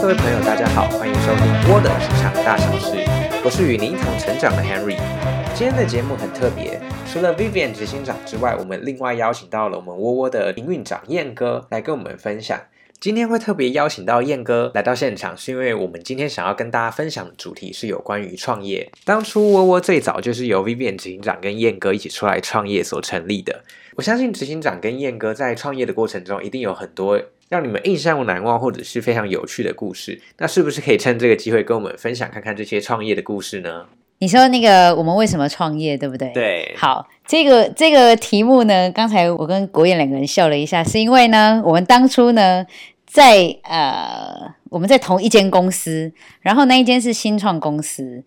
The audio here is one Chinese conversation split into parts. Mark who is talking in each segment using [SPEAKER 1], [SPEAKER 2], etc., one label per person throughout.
[SPEAKER 1] 各位朋友，大家好，欢迎收听我的职场大小事，我是与您一同成长的 Henry。今天的节目很特别，除了 Vivian 执行长之外，我们另外邀请到了我们窝窝的营运长燕哥来跟我们分享。今天会特别邀请到燕哥来到现场，是因为我们今天想要跟大家分享的主题是有关于创业。当初窝窝最早就是由 Vivian 执行长跟燕哥一起出来创业所成立的。我相信执行长跟燕哥在创业的过程中，一定有很多让你们印象难忘或者是非常有趣的故事。那是不是可以趁这个机会跟我们分享看看这些创业的故事呢？
[SPEAKER 2] 你说那个我们为什么创业，对不对？。
[SPEAKER 1] 对，
[SPEAKER 2] 好，这个这个题目呢，刚才我跟国燕两个人笑了一下，是因为呢，我们当初呢，在呃，我们在同一间公司，然后那一间是新创公司，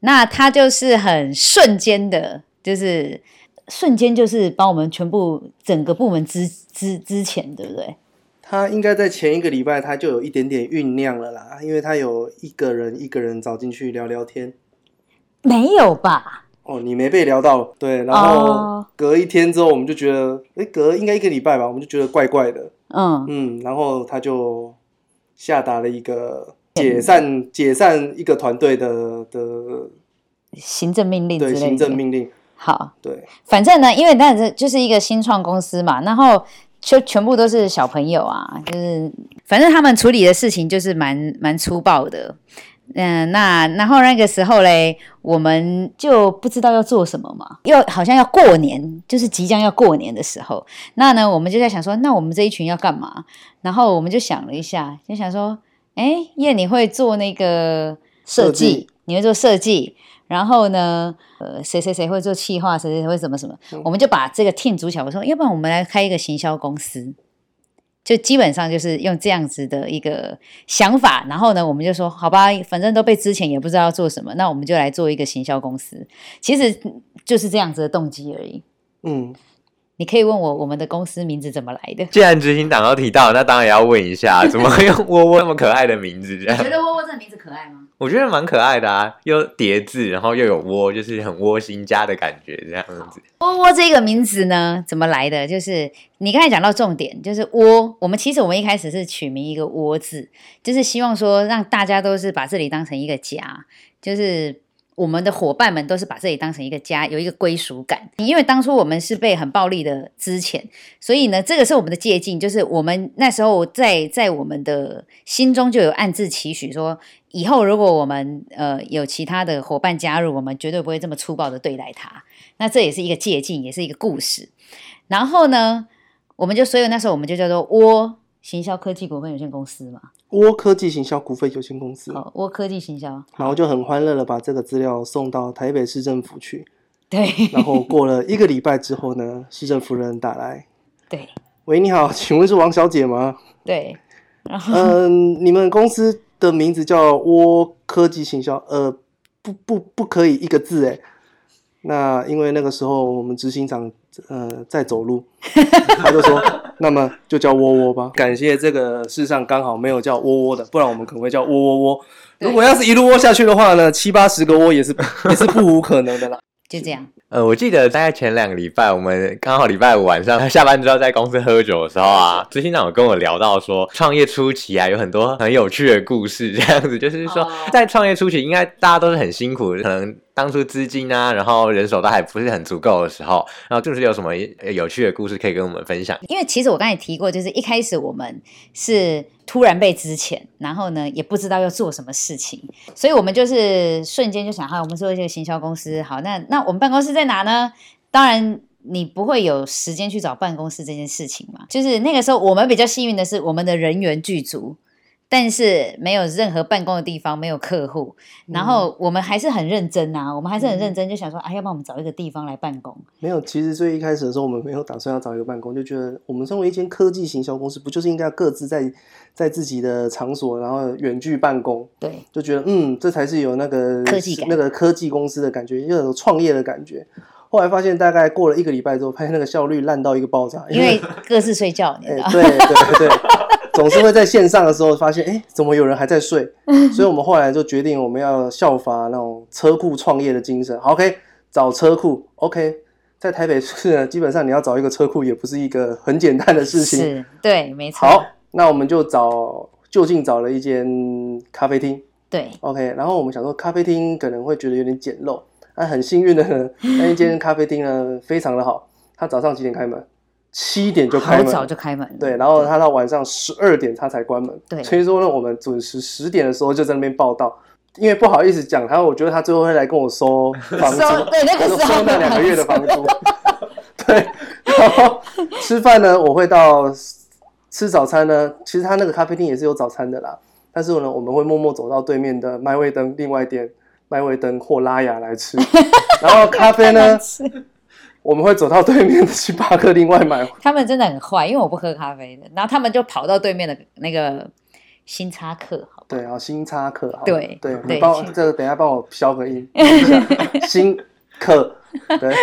[SPEAKER 2] 那他就是很瞬间的，就是瞬间就是把我们全部整个部门支支支前，对不对？
[SPEAKER 3] 他应该在前一个礼拜他就有一点点酝酿了啦，因为他有一个人一个人找进去聊聊天。
[SPEAKER 2] 没有吧？
[SPEAKER 3] 哦，你没被聊到，对，然后
[SPEAKER 2] 哦
[SPEAKER 3] 隔一天之后，我们就觉得，哎、隔应该一个礼拜吧，我们就觉得怪怪的，
[SPEAKER 2] 嗯，
[SPEAKER 3] 嗯，然后他就下达了一个解
[SPEAKER 2] 嗯
[SPEAKER 3] 散解散一个团队的的
[SPEAKER 2] 行政命令之类
[SPEAKER 3] 对
[SPEAKER 2] 的。
[SPEAKER 3] 行政命令，
[SPEAKER 2] 好，
[SPEAKER 3] 对，
[SPEAKER 2] 反正呢，因为那是就是一个新创公司嘛，然后就全部都是小朋友啊，就是反正他们处理的事情就是蛮蛮粗暴的。嗯，那然后那个时候嘞，我们就不知道要做什么嘛，又好像要过年，就是即将要过年的时候，那呢，我们就在想说，那我们这一群要干嘛？然后我们就想了一下，就想说，哎，燕你会做那个设
[SPEAKER 3] 设
[SPEAKER 2] 计，
[SPEAKER 3] 计
[SPEAKER 2] 你会做设计，然后呢，呃，谁谁谁会做企划，谁谁谁会什么什么，我们就把这个 team 组起来。我说，要不然我们来开一个行销公司，就基本上就是用这样子的一个想法。然后呢，我们就说，好吧，反正都被之前也不知道要做什么，那我们就来做一个行销公司。其实就是这样子的动机而已。
[SPEAKER 3] 嗯，
[SPEAKER 2] 你可以问我我们的公司名字怎么来的？
[SPEAKER 1] 既然执行长都提到，那当然也要问一下，怎么会用窝窝那么可爱的名字？这样
[SPEAKER 2] 你觉得窝窝这个名字可爱吗？
[SPEAKER 1] 我觉得蛮可爱的啊，又叠字，然后又有窝，就是很窝心家的感觉，这样子。
[SPEAKER 2] 窝窝这个名字呢，怎么来的？就是你刚才讲到重点，就是窝。我们其实我们一开始是取名一个窝字，就是希望说让大家都是把这里当成一个家，就是我们的伙伴们都是把这里当成一个家，有一个归属感。因为当初我们是被很暴力的之前，所以呢，这个是我们的借鉴，就是我们那时候在在我们的心中就有暗自期许说。以后如果我们呃有其他的伙伴加入，我们绝对不会这么粗暴的对待他。那这也是一个借鉴，也是一个故事。然后呢，我们就所以那时候我们就叫做窝行销科技股份有限公司嘛，
[SPEAKER 3] 窝科技行销股份有限公司，
[SPEAKER 2] 哦，窝科技行销，
[SPEAKER 3] 然后就很欢乐的把这个资料送到台北市政府去，
[SPEAKER 2] 对
[SPEAKER 3] 然后过了一个礼拜之后呢，市政府人打来，
[SPEAKER 2] 对
[SPEAKER 3] 喂，你好， 请问是王小姐 吗？
[SPEAKER 2] 对，
[SPEAKER 3] 嗯，你们公司的名字叫窝科技行销，呃，不不不可以一个字哎。那因为那个时候我们执行长呃在走路， 他就说，那么就叫窝窝吧。感谢这个世上刚好没有叫窝窝的，不然我们可能会叫窝窝窝。如果要是一路窝下去的话呢，七八十个窝也是也是不无可能的啦。
[SPEAKER 2] 就这样，
[SPEAKER 1] 呃，我记得大概前两个礼拜，我们刚好礼拜五晚上下班之后在公司喝酒的时候啊，执行长有跟我聊到说，创业初期啊有很多很有趣的故事，这样子就是说
[SPEAKER 2] 哦，
[SPEAKER 1] 在创业初期应该大家都是很辛苦，可能当初资金啊，然后人手都还不是很足够的时候，然后是不是有什么呃有趣的故事可以跟我们分享？
[SPEAKER 2] 因为其实我刚才提过，就是一开始我们是突然被支遣，然后呢也不知道要做什么事情，所以我们就是瞬间就想，啊哈，我们做一些行销公司，好，那那我们办公室在哪呢？当然。你不会有时间去找办公室这件事情嘛？就是那个时候，我们比较幸运的是，我们的人员具足，但是没有任何办公的地方，没有客户，然后我们还是很认真啊，我们还是很认真，就想说，啊，要不然我们找一个地方来办公。
[SPEAKER 3] 没有，其实最一开始的时候，我们没有打算要找一个办公，就觉得我们身为一间科技行销公司，不就是应该各自在在自己的场所，然后远距办公？
[SPEAKER 2] 对，
[SPEAKER 3] 就觉得嗯，这才是有那个
[SPEAKER 2] 科技感
[SPEAKER 3] 那个科技公司的感觉，又有创业的感觉。后来发现，大概过了一个礼拜之后，发现那个效率烂到一个爆炸，
[SPEAKER 2] 因为各自睡觉，你
[SPEAKER 3] 哎、
[SPEAKER 2] 知道。
[SPEAKER 3] 对对对，总是会在线上的时候发现，哎、怎么有人还在睡？所以我们后来就决定，我们要效法那种车库创业的精神。好 OK，找车库，OK，在台北市呢，基本上你要找一个车库也不是一个很简单的事情。
[SPEAKER 2] 是，对，没错。
[SPEAKER 3] 好，那我们就找就近找了一间咖啡厅
[SPEAKER 2] 对，
[SPEAKER 3] ，OK，然后我们想说咖啡厅可能会觉得有点简陋，那很幸运的呢，那一间咖啡厅呢非常的好，它早上几点开门？七点就开
[SPEAKER 2] 好
[SPEAKER 3] 门，
[SPEAKER 2] 早就开门了。
[SPEAKER 3] 对，然后他到晚上十二点他才关门，
[SPEAKER 2] 对
[SPEAKER 3] 所以说呢，我们准时十点的时候就在那边报道，因为不好意思讲他，我觉得他最后会来跟 我收房租，
[SPEAKER 2] 收对那个
[SPEAKER 3] 就
[SPEAKER 2] 时候
[SPEAKER 3] 收
[SPEAKER 2] 的
[SPEAKER 3] 那两个
[SPEAKER 2] 房
[SPEAKER 3] 月的房租， 对，然后吃饭呢，我会到吃早餐呢，其实他那个咖啡厅也是有早餐的啦，但是呢，我们会默默走到对面的麦味登另外一店麦味登或拉雅 来吃，然后咖啡呢，我们会走到对面的星巴克另外买。
[SPEAKER 2] 他们真的很坏，因为我不喝咖啡的，然后他们就跑到对面的那个星叉克，好吧
[SPEAKER 3] 对，好，新叉克，好
[SPEAKER 2] 对
[SPEAKER 3] 对，
[SPEAKER 2] 对
[SPEAKER 3] 你帮我
[SPEAKER 2] 去
[SPEAKER 3] 这个等一下帮我消个音，一下新克，对，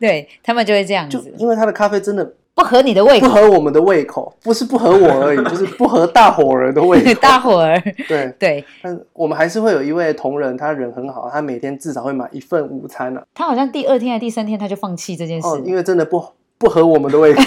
[SPEAKER 2] 对他们就会这样
[SPEAKER 3] 就
[SPEAKER 2] 子，
[SPEAKER 3] 因为它的咖啡真的
[SPEAKER 2] 不合你的胃
[SPEAKER 3] 不
[SPEAKER 2] 口，
[SPEAKER 3] 合我们的胃口，不是不合我而已，就是不合大伙儿的胃口。
[SPEAKER 2] 大伙儿
[SPEAKER 3] 对，
[SPEAKER 2] 对
[SPEAKER 3] 但是我们还是会有一位同仁，他人很好，他每天至少会买一份午餐啊。
[SPEAKER 2] 他好像第二天还是第三天他就放弃这件事，
[SPEAKER 3] 哦，因为真的不不合我们的胃口。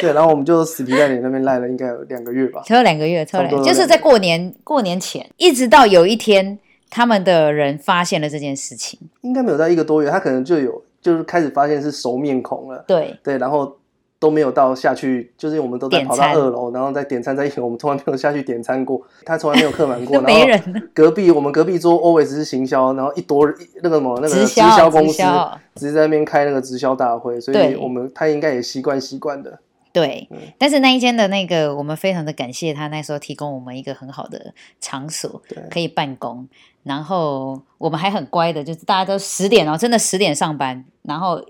[SPEAKER 3] 对，然后我们就死皮赖脸那边赖了，应该有两个月吧。
[SPEAKER 2] 超过两个月，超过
[SPEAKER 3] 差
[SPEAKER 2] 两
[SPEAKER 3] 不
[SPEAKER 2] 个
[SPEAKER 3] 多
[SPEAKER 2] 月，就是在过年过年前，一直到有一天他们的人发现了这件事情，
[SPEAKER 3] 应该没有到一个多月，他可能就有就是开始发现是熟面孔了。
[SPEAKER 2] 对
[SPEAKER 3] 对，然后都没有到下去，就是我们都在
[SPEAKER 2] 点
[SPEAKER 3] 跑到
[SPEAKER 2] 餐
[SPEAKER 3] 二楼，然后再点餐在一楼，我们从来没有下去点餐过，他从来没有客 满过，
[SPEAKER 2] 都没
[SPEAKER 3] 哦然后
[SPEAKER 2] 人了
[SPEAKER 3] 隔壁我们隔壁桌 always 是行销，然后一多一那个什么那个
[SPEAKER 2] 直销
[SPEAKER 3] 销公
[SPEAKER 2] 直
[SPEAKER 3] 司
[SPEAKER 2] 销
[SPEAKER 3] 直接在那边开那个直销大会，所以
[SPEAKER 2] 对
[SPEAKER 3] 我们他应该也习惯习惯的。
[SPEAKER 2] 对
[SPEAKER 3] 嗯，
[SPEAKER 2] 但是那一间的那个，我们非常的感谢他那时候提供我们一个很好的场所
[SPEAKER 3] 对，
[SPEAKER 2] 可以办公。然后我们还很乖的，就是大家都十点哦，真的十点上班。然后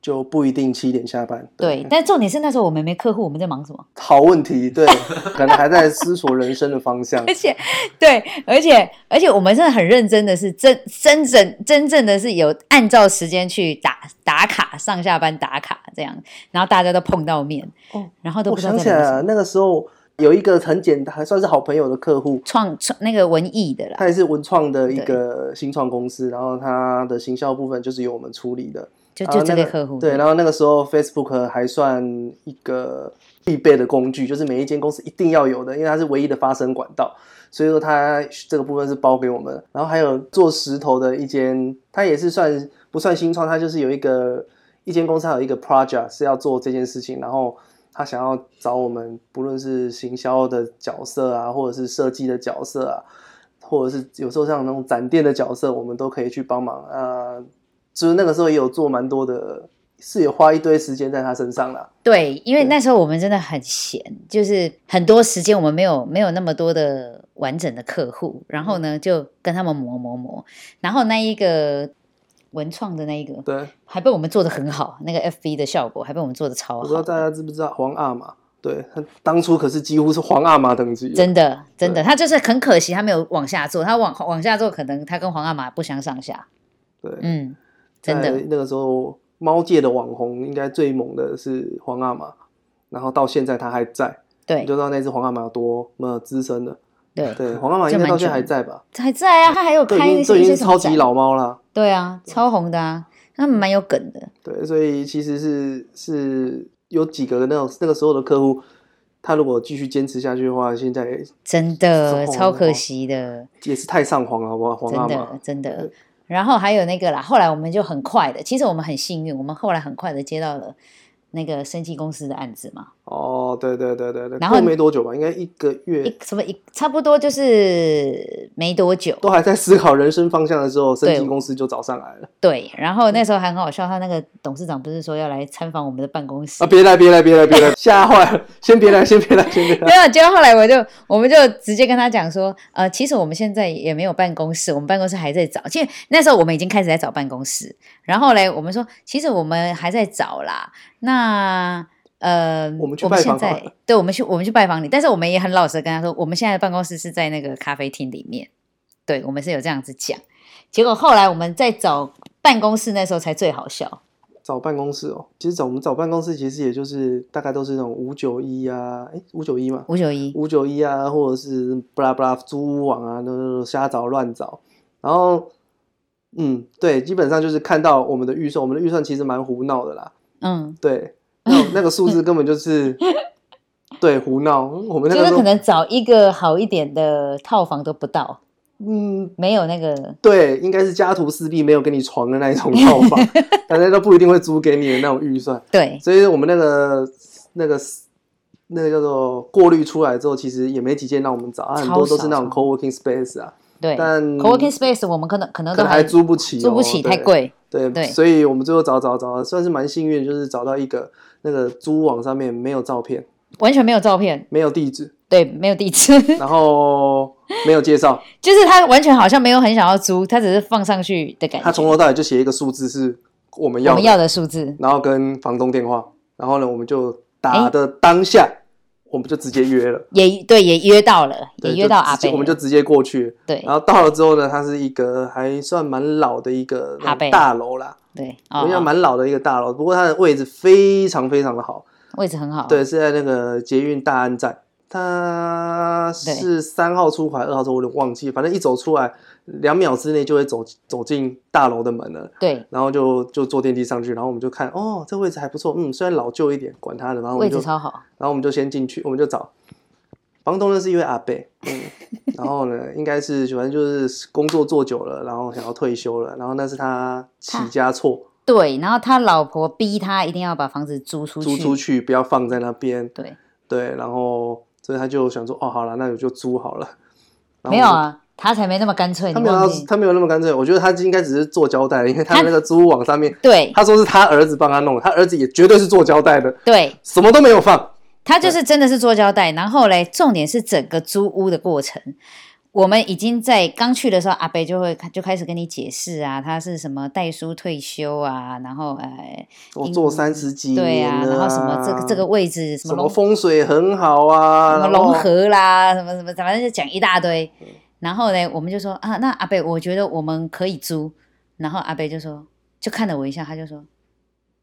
[SPEAKER 3] 就不一定七点下班，
[SPEAKER 2] 对，但重点是那时候我们没客户，我们在忙什么？
[SPEAKER 3] 好问 题，对，可能还在思索人生的方向
[SPEAKER 2] 而，且对，而且而且我们真的很认真的是真真正真正的是有按照时间去打打卡，上下班打卡这样，然后大家都碰到面，
[SPEAKER 3] 哦
[SPEAKER 2] 然后都
[SPEAKER 3] 我
[SPEAKER 2] 不知道
[SPEAKER 3] 想
[SPEAKER 2] 在
[SPEAKER 3] 起来
[SPEAKER 2] 聊什
[SPEAKER 3] 了，
[SPEAKER 2] 么。
[SPEAKER 3] 那个时候有一个很简单，还算是好朋友的客户，
[SPEAKER 2] 创创那个文艺的啦，
[SPEAKER 3] 它也是文创的一个新创公司，然后它的行销部分就是由我们处理的。
[SPEAKER 2] 就
[SPEAKER 3] 然
[SPEAKER 2] 就
[SPEAKER 3] 后
[SPEAKER 2] 这
[SPEAKER 3] 啊那
[SPEAKER 2] 个
[SPEAKER 3] 个
[SPEAKER 2] 客户
[SPEAKER 3] 对，然后那个时候 Facebook 还算一个必备的工具，就是每一间公司一定要有的，因为它是唯一的发声管道，所以说它这个部分是包给我们。然后还有做石头的一间，它也是算不算新创？它就是有一个一间公司，它有一个 project 是要做这件事情，然后。他想要找我们，不论是行销的角色啊，或者是设计的角色啊，或者是有时候像那种展店的角色，我们都可以去帮忙。呃，就是那个时候也有做蛮多的，是有花一堆时间在他身上啦。
[SPEAKER 2] 对，因为
[SPEAKER 3] 对
[SPEAKER 2] 那时候我们真的很闲，就是很多时间我们没有没有那么多的完整的客户，然
[SPEAKER 3] 嗯
[SPEAKER 2] 后呢就跟他们磨磨磨，然后那一个文创的那一个
[SPEAKER 3] 对，
[SPEAKER 2] 还被我们做的很好，那个 FB 的效果还被我们做的超
[SPEAKER 3] 我不知道
[SPEAKER 2] 好，
[SPEAKER 3] 大家知不知道皇阿玛？对，他当初可是几乎是皇阿玛等级的。
[SPEAKER 2] 真的真的，
[SPEAKER 3] 对
[SPEAKER 2] 他就是很可惜他没有往下做，他往往下做可能他跟皇阿玛不相上下，
[SPEAKER 3] 对，
[SPEAKER 2] 嗯，真
[SPEAKER 3] 在
[SPEAKER 2] 的
[SPEAKER 3] 那个时候猫界的网红应该最猛的是皇阿玛，然后到现在他还在，
[SPEAKER 2] 对
[SPEAKER 3] 你就知道那只皇阿玛有多么资深了。
[SPEAKER 2] 对，
[SPEAKER 3] 对，皇阿玛应该到现在还在吧？
[SPEAKER 2] 还在啊，他还有
[SPEAKER 3] 都已
[SPEAKER 2] 开
[SPEAKER 3] 经
[SPEAKER 2] 一
[SPEAKER 3] 都
[SPEAKER 2] 些
[SPEAKER 3] 已
[SPEAKER 2] 一
[SPEAKER 3] 经
[SPEAKER 2] 些
[SPEAKER 3] 是
[SPEAKER 2] 什么
[SPEAKER 3] 超级
[SPEAKER 2] 展，
[SPEAKER 3] 老猫啦。
[SPEAKER 2] 对啊，超红的啊，他们蛮有梗的，
[SPEAKER 3] 对，所以其实是是有几个那种那个时候的客户，他如果继续坚持下去的话，现在也
[SPEAKER 2] 真的
[SPEAKER 3] 是红
[SPEAKER 2] 超可
[SPEAKER 3] 哦
[SPEAKER 2] 惜的，
[SPEAKER 3] 也是太上皇了，好不好？皇阿
[SPEAKER 2] 真
[SPEAKER 3] 玛
[SPEAKER 2] 的，真的
[SPEAKER 3] 对。
[SPEAKER 2] 然后还有那个啦，后来我们就很快的，其实我们很幸运，我们后来很快的接到了那个生技公司的案子嘛，
[SPEAKER 3] 哦，对对对对对，
[SPEAKER 2] 然后
[SPEAKER 3] 过没多久吧，应该一个
[SPEAKER 2] 一
[SPEAKER 3] 月，
[SPEAKER 2] 什么一差不多就是没多久，
[SPEAKER 3] 都还在思考人生方向的时候，
[SPEAKER 2] 对
[SPEAKER 3] 生技公司就找上来了
[SPEAKER 2] 对。然后那时候还很好笑，他那个董事长不是说要来参访我们的办公室
[SPEAKER 3] 啊！，别来别来别 来别来，吓坏了！先别来 先别来先别来
[SPEAKER 2] 没，有，结果后来我就我们就直接跟他讲说，呃，其实我们现在也没有办公室，我们办公室还在找。其实那时候我们已经开始在找办公室，然后嘞，我们说其实我们还在找啦。那呃，
[SPEAKER 3] 我们去拜
[SPEAKER 2] 现
[SPEAKER 3] 访好
[SPEAKER 2] 在
[SPEAKER 3] 了
[SPEAKER 2] 对，我们去我们去拜访你，但是我们也很老实的跟他说，我们现在的办公室是在那个咖啡厅里面。对，我们是有这样子讲。结果后来我们在找办公室那时候才最好笑，
[SPEAKER 3] 找办公室哦。其实找我们找办公室，其实也就是大概都是那种五九一啊，哎，五九一嘛，
[SPEAKER 2] 五九一
[SPEAKER 3] 五九一啊，或者是布拉布拉租屋网啊，那那瞎找乱找。然后，嗯，对，基本上就是看到我们的预算，我们的预算其实蛮胡闹的啦。
[SPEAKER 2] 嗯，
[SPEAKER 3] 对，那那个数字根本就是对胡闹，我们那
[SPEAKER 2] 就
[SPEAKER 3] 个
[SPEAKER 2] 是
[SPEAKER 3] 时候
[SPEAKER 2] 可能找一个好一点的套房都不到，
[SPEAKER 3] 嗯。
[SPEAKER 2] 没有那个
[SPEAKER 3] 对，应该是家徒四壁，没有跟你床的那一种套 房，大家都不一定会租给你的那种预算。
[SPEAKER 2] 对
[SPEAKER 3] 所以我们那个那个那个叫做过滤出来之后，其实也没几间让我们找，啊、很多都是那种
[SPEAKER 2] 超
[SPEAKER 3] co-working space 啊，
[SPEAKER 2] 对。
[SPEAKER 3] 但
[SPEAKER 2] Coworking space 我们可能可能
[SPEAKER 3] 可
[SPEAKER 2] 都
[SPEAKER 3] 能还
[SPEAKER 2] 还
[SPEAKER 3] 租不起、哦，
[SPEAKER 2] 租不起，
[SPEAKER 3] 对
[SPEAKER 2] 太。贵。
[SPEAKER 3] 对，
[SPEAKER 2] 对
[SPEAKER 3] 所以我们最后找找找，算是蛮幸运，就是找到一个那个租网上面没有照片，
[SPEAKER 2] 完全没有照片，
[SPEAKER 3] 没有地址，
[SPEAKER 2] 对，没有地址，
[SPEAKER 3] 然后没有介绍，
[SPEAKER 2] 就是他完全好像没有很想要租，他只是放上去的感觉。
[SPEAKER 3] 他从头到尾就写一个数字是我们
[SPEAKER 2] 我
[SPEAKER 3] 要的
[SPEAKER 2] 们要的数字，
[SPEAKER 3] 然后跟房东电话，然后呢，我们就打的当下，我们就直接约了，
[SPEAKER 2] 也对，也约到了，
[SPEAKER 3] 对
[SPEAKER 2] 也约到
[SPEAKER 3] 就直
[SPEAKER 2] 阿
[SPEAKER 3] 接
[SPEAKER 2] 贝了，
[SPEAKER 3] 我们就啊直接过去。
[SPEAKER 2] 对
[SPEAKER 3] 然后到了之后呢，它是一个还算蛮老的一个
[SPEAKER 2] 阿贝
[SPEAKER 3] 大楼啦，
[SPEAKER 2] 对，
[SPEAKER 3] 应该
[SPEAKER 2] 哦，
[SPEAKER 3] 蛮老的一个大楼，不过它的位置非常非常的好，
[SPEAKER 2] 位置很好，
[SPEAKER 3] 对，是在那个捷运大安站。它是三号出口还是二号出口，我有点忘记，反正一走出来，两秒之内就会走走进大楼的门了。
[SPEAKER 2] 对，
[SPEAKER 3] 然后就就坐电梯上去，然后我们就看，哦，这位置还不错，嗯，虽然老旧一点，管他的，然后我
[SPEAKER 2] 位
[SPEAKER 3] 们就，
[SPEAKER 2] 置
[SPEAKER 3] 然
[SPEAKER 2] 超好，
[SPEAKER 3] 后我们就先进去，我们就找房东呢是一位阿伯，嗯，然后呢应该是反正就是工作做久了，然后想要退休了，然后那是他起家错，
[SPEAKER 2] 对，然后他老婆逼他一定要把房子租出去，
[SPEAKER 3] 租出去不要放在那边，
[SPEAKER 2] 对，
[SPEAKER 3] 对，然后所以他就想说，哦，好了，那我就租好了，然后
[SPEAKER 2] 没有啊，他才没那么干脆，
[SPEAKER 3] 他
[SPEAKER 2] 你
[SPEAKER 3] 没有
[SPEAKER 2] 忘
[SPEAKER 3] 要
[SPEAKER 2] 记，
[SPEAKER 3] 他没有那么干脆，我觉得他应该只是做交代，因为他
[SPEAKER 2] 他
[SPEAKER 3] 那个租屋网上面。
[SPEAKER 2] 对
[SPEAKER 3] 他说是他儿子帮他弄，他儿子也绝对是做交代的，
[SPEAKER 2] 对，
[SPEAKER 3] 什么都没有
[SPEAKER 2] 嗯
[SPEAKER 3] 放，
[SPEAKER 2] 他就是真的是做胶带，然后嘞，重点是整个租屋的过程。我们已经在刚去的时候，阿北就会就开始跟你解释啊，他是什么代书退休啊，然后呃，
[SPEAKER 3] 我
[SPEAKER 2] 因
[SPEAKER 3] 做三十几
[SPEAKER 2] 对
[SPEAKER 3] 年
[SPEAKER 2] 啊，
[SPEAKER 3] 了
[SPEAKER 2] 然后什么这个这个位置什
[SPEAKER 3] 什
[SPEAKER 2] 么
[SPEAKER 3] 么
[SPEAKER 2] 龙
[SPEAKER 3] 风水很好啊，
[SPEAKER 2] 什么
[SPEAKER 3] 然后
[SPEAKER 2] 融合啦，什么什么，反正就讲一大堆。然后呢，我们就说啊，那阿北，我觉得我们可以租。然后阿北就说，就看了我一下，他就说，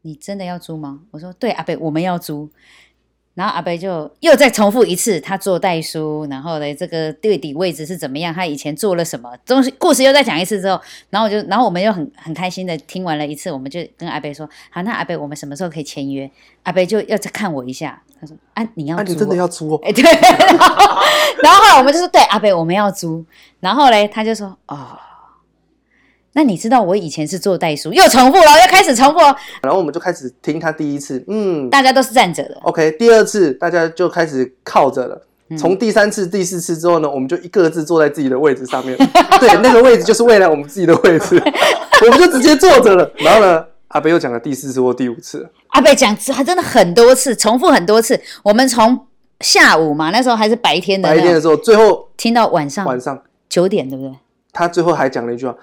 [SPEAKER 2] 你真的要租吗？我说对，阿北，我们要租。然后阿北就又再重复一次，他做代书，然后呢，这个对底位置是怎么样？他以前做了什么东西？故事又再讲一次之后，然后我就，然后我们又很很开心的听完了一次，我们就跟阿北说，好，那阿北，我们什么时候可以签约？阿北就要再看我一下，他说，啊，你要
[SPEAKER 3] 啊，
[SPEAKER 2] 租、
[SPEAKER 3] 你真的要租哦？
[SPEAKER 2] 哎、对， 然后然后后来我们就说，对，阿北我们要租，然后嘞，他就说，哦，那你知道我以前是做代书，又重复了，又开始重复了，
[SPEAKER 3] 然后我们就开始听他第一次，嗯
[SPEAKER 2] 大家都是站着的，
[SPEAKER 3] ，OK，第二次大家就开始靠着了。
[SPEAKER 2] 嗯
[SPEAKER 3] 从第三次、第四次之后呢，我们就一各自坐在自己的位置 上面。对，那个位置就是未来我们自己的位置，我们就直接坐着了。然后呢，阿北又讲了第四次或第五次，
[SPEAKER 2] 阿北讲，他真的很多次，重复很多次，我们从下午嘛，那时候还是白天的
[SPEAKER 3] 白
[SPEAKER 2] 那
[SPEAKER 3] 天的
[SPEAKER 2] 种，
[SPEAKER 3] 时候，最后
[SPEAKER 2] 听到晚上
[SPEAKER 3] 晚上
[SPEAKER 2] 九点，对不对？
[SPEAKER 3] 他最后还讲了一句话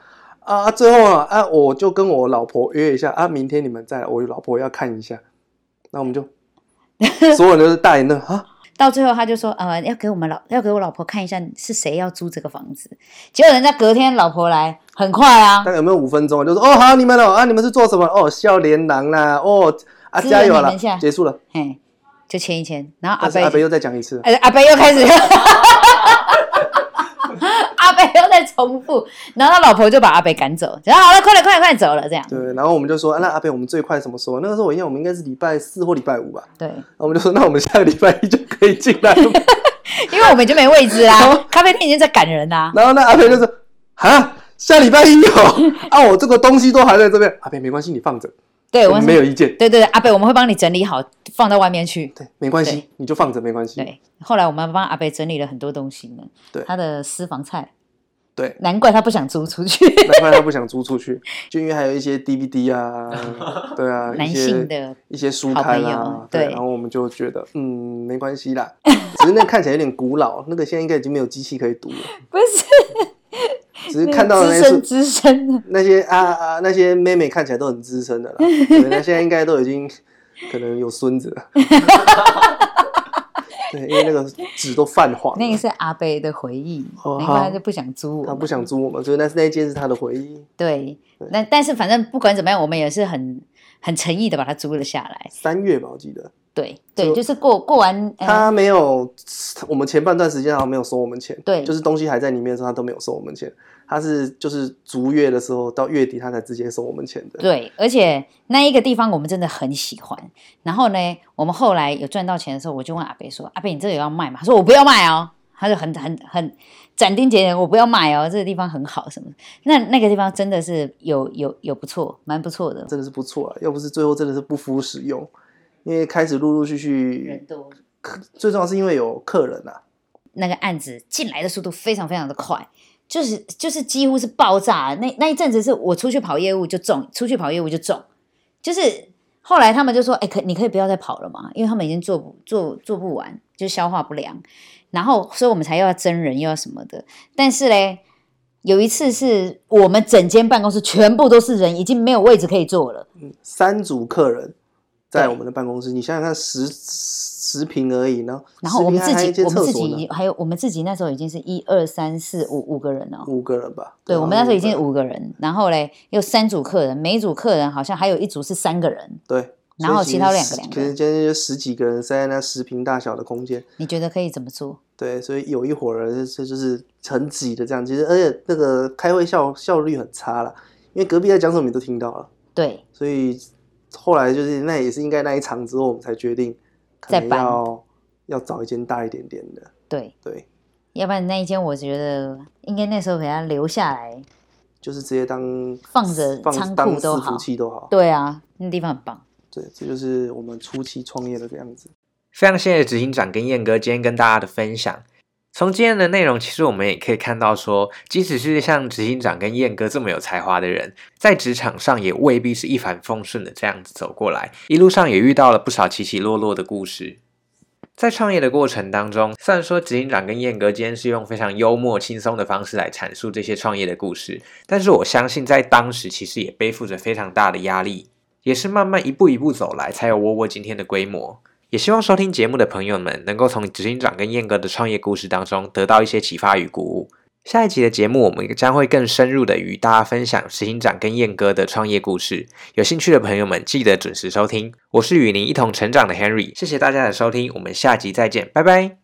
[SPEAKER 3] 啊，最后啊啊，我就跟我老婆约一下啊，明天你们再来，我老婆要看一下。那我 们就所有人都是大眼瞪啊，
[SPEAKER 2] 到最后，他就说：“呃，要给我们老要给我老婆看一下是谁要租这个房子。”结果人家隔天老婆来，很快啊
[SPEAKER 3] 大，概有没有五分钟？就说哦好，你们哦啊，你们是做什么？哦，笑脸郎啦，哦啊，
[SPEAKER 2] 支援
[SPEAKER 3] 加油
[SPEAKER 2] 你
[SPEAKER 3] 啦
[SPEAKER 2] 们一下，
[SPEAKER 3] 结束了。
[SPEAKER 2] 嘿，就签一签，然后阿
[SPEAKER 3] 但是
[SPEAKER 2] 北
[SPEAKER 3] 阿北又再讲一次，
[SPEAKER 2] 哎，阿北又开始， 阿北又在重复，然后他老婆就把阿北赶走，然后好了，快点，快点，快点走了，这样，
[SPEAKER 3] 对，然后我们就说、啊那阿北我们最快什么时候？那个时候我印象我们应该是礼拜四或礼拜五吧。
[SPEAKER 2] 对，
[SPEAKER 3] 然后我们就说那我们下个礼拜一就可以进 来了。
[SPEAKER 2] 因为我们已经没位置啦，咖啡店已经在赶人啦，
[SPEAKER 3] 然后那阿北就说啊，下礼拜一哦，啊我这个东西都还在这边，阿北没关系，你放着，
[SPEAKER 2] 对，
[SPEAKER 3] 我
[SPEAKER 2] 我
[SPEAKER 3] 们
[SPEAKER 2] 们
[SPEAKER 3] 哎没有，意见。
[SPEAKER 2] 对对对，阿北，我们会帮你整理好，放到外面去，
[SPEAKER 3] 对，没关
[SPEAKER 2] 对
[SPEAKER 3] 系，你就放着没关系。
[SPEAKER 2] 对，后来我们帮阿北整理了很多东西呢，
[SPEAKER 3] 对
[SPEAKER 2] 他的私房菜，，
[SPEAKER 3] 对
[SPEAKER 2] 难怪他不想租出去，
[SPEAKER 3] 难怪他不想租出去， 就因为还有一些 DVD 啊，对啊，
[SPEAKER 2] 男
[SPEAKER 3] 一些
[SPEAKER 2] 性的
[SPEAKER 3] 一些书
[SPEAKER 2] 好
[SPEAKER 3] 刊
[SPEAKER 2] 朋
[SPEAKER 3] 啊
[SPEAKER 2] 友，
[SPEAKER 3] 对，
[SPEAKER 2] 对
[SPEAKER 3] 然后我们就觉得，嗯，没关系啦， 只是那看起来有点古老，那个现在应该已经没有机器可以读了，
[SPEAKER 2] 不是
[SPEAKER 3] 只是看到的
[SPEAKER 2] 资
[SPEAKER 3] 那
[SPEAKER 2] 深
[SPEAKER 3] 些
[SPEAKER 2] 资深的，
[SPEAKER 3] 那些啊啊那些妹妹看起来都很资 深的啦，对，那现在应该都已经可能有孙子 了，对，因为那个纸都泛黄了，
[SPEAKER 2] 那个是阿北的回忆，
[SPEAKER 3] 哦
[SPEAKER 2] 难怪
[SPEAKER 3] 好
[SPEAKER 2] 他就不想租我们，
[SPEAKER 3] 他不想租我们，所以那是那一间是他的回忆，
[SPEAKER 2] 对，
[SPEAKER 3] 嗯
[SPEAKER 2] 那但是反正不管怎么样，我们也是很很诚意的把它租了下来。
[SPEAKER 3] 三月吧，我记得。
[SPEAKER 2] 对对，
[SPEAKER 3] 就
[SPEAKER 2] 就是过过完呃，
[SPEAKER 3] 他没有，我们前半段时间好像没有收我们钱，
[SPEAKER 2] 对
[SPEAKER 3] 就是东西还在里面的时候，他都没有收我们钱。他是就是逐月的时候到月底，他才直接收我们钱的。
[SPEAKER 2] 对，而且那一个地方我们真的很喜欢。然后呢，我们后来有赚到钱的时候，我就问阿北说：“阿北，你这个要卖吗？”他说：“我不要卖哦。”他就很很很斩钉截铁：“我不要卖哦，这个地方很好什么的。”那那个地方真的是有有有不错，蛮不错的。
[SPEAKER 3] 真的是不错啊！要不是最后真的是不敷使用，因为开始陆陆续续，
[SPEAKER 2] 多，
[SPEAKER 3] 客最重要是因为有客人啊，
[SPEAKER 2] 那个案子进来的速度非常非常的快，就是就是几乎是爆炸。那那一阵子是我出去跑业务就中，出去跑业务就中，就是后来他们就说：“哎、可你可以不要再跑了嘛，因为他们已经做不做做不完，就消化不良。”然后，所以我们才又要真人又要什么的。但是嘞，有一次是我们整间办公室全部都是人，已经没有位置可以坐了。
[SPEAKER 3] 三组客人在
[SPEAKER 2] 对
[SPEAKER 3] 我们的办公室，你想想看十，十十平而已呢，
[SPEAKER 2] 然后我们
[SPEAKER 3] 十
[SPEAKER 2] 自
[SPEAKER 3] 平还一
[SPEAKER 2] 己，
[SPEAKER 3] 间
[SPEAKER 2] 我们
[SPEAKER 3] 厕
[SPEAKER 2] 自
[SPEAKER 3] 所
[SPEAKER 2] 己
[SPEAKER 3] 呢，
[SPEAKER 2] 还有我们自己那时候已经是一二三四五五个人了、哦。
[SPEAKER 3] 五个人吧？
[SPEAKER 2] 对，我们那时候已经
[SPEAKER 3] 五
[SPEAKER 2] 五个人，然后嘞有三组客人，每一组客人好像还有一组是三个人，
[SPEAKER 3] 个人对，
[SPEAKER 2] 然后
[SPEAKER 3] 所以
[SPEAKER 2] 其他
[SPEAKER 3] 实
[SPEAKER 2] 两个两个
[SPEAKER 3] 可是今天就十几个人塞在那十平大小的空间，
[SPEAKER 2] 你觉得可以怎么做？
[SPEAKER 3] 对，所以有一伙人这就是很挤的这样，其实而且那个开会效效率很差了，因为隔壁在讲什么你都听到了，
[SPEAKER 2] 对，
[SPEAKER 3] 所以后来就是那也是应该那一场之后我们才决定，可
[SPEAKER 2] 再
[SPEAKER 3] 能
[SPEAKER 2] 搬
[SPEAKER 3] 要要找一间大一点点的，
[SPEAKER 2] 对，
[SPEAKER 3] 对，
[SPEAKER 2] 要不然那一间我觉得应该那时候给他留下来。
[SPEAKER 3] 就是直接当
[SPEAKER 2] 放着
[SPEAKER 3] 放
[SPEAKER 2] 仓库
[SPEAKER 3] 当
[SPEAKER 2] 都
[SPEAKER 3] 伺服
[SPEAKER 2] 好
[SPEAKER 3] 器都好，
[SPEAKER 2] 对啊，那地方很棒。
[SPEAKER 3] 对，这就是我们初期创业的这样子。
[SPEAKER 1] 非常谢谢执行长跟燕哥今天跟大家的分享。从今天的内容，其实我们也可以看到说，即使是像执行长跟燕哥这么有才华的人，在职场上也未必是一帆风顺的这样子走过来，一路上也遇到了不少起起落落的故事。在创业的过程当中，虽然说执行长跟燕哥今天是用非常幽默轻松的方式来阐述这些创业的故事，但是我相信在当时其实也背负着非常大的压力，也是慢慢一步一步走来，才有窝窝今天的规模。也希望收听节目的朋友们能够从执行长跟燕哥的创业故事当中得到一些启发与鼓舞。下一集的节目，我们将会更深入的与大家分享执行长跟燕哥的创业故事。有兴趣的朋友们，记得准时收听。我是与您一同成长的 Henry，谢谢大家的收听，我们下集再见，拜拜。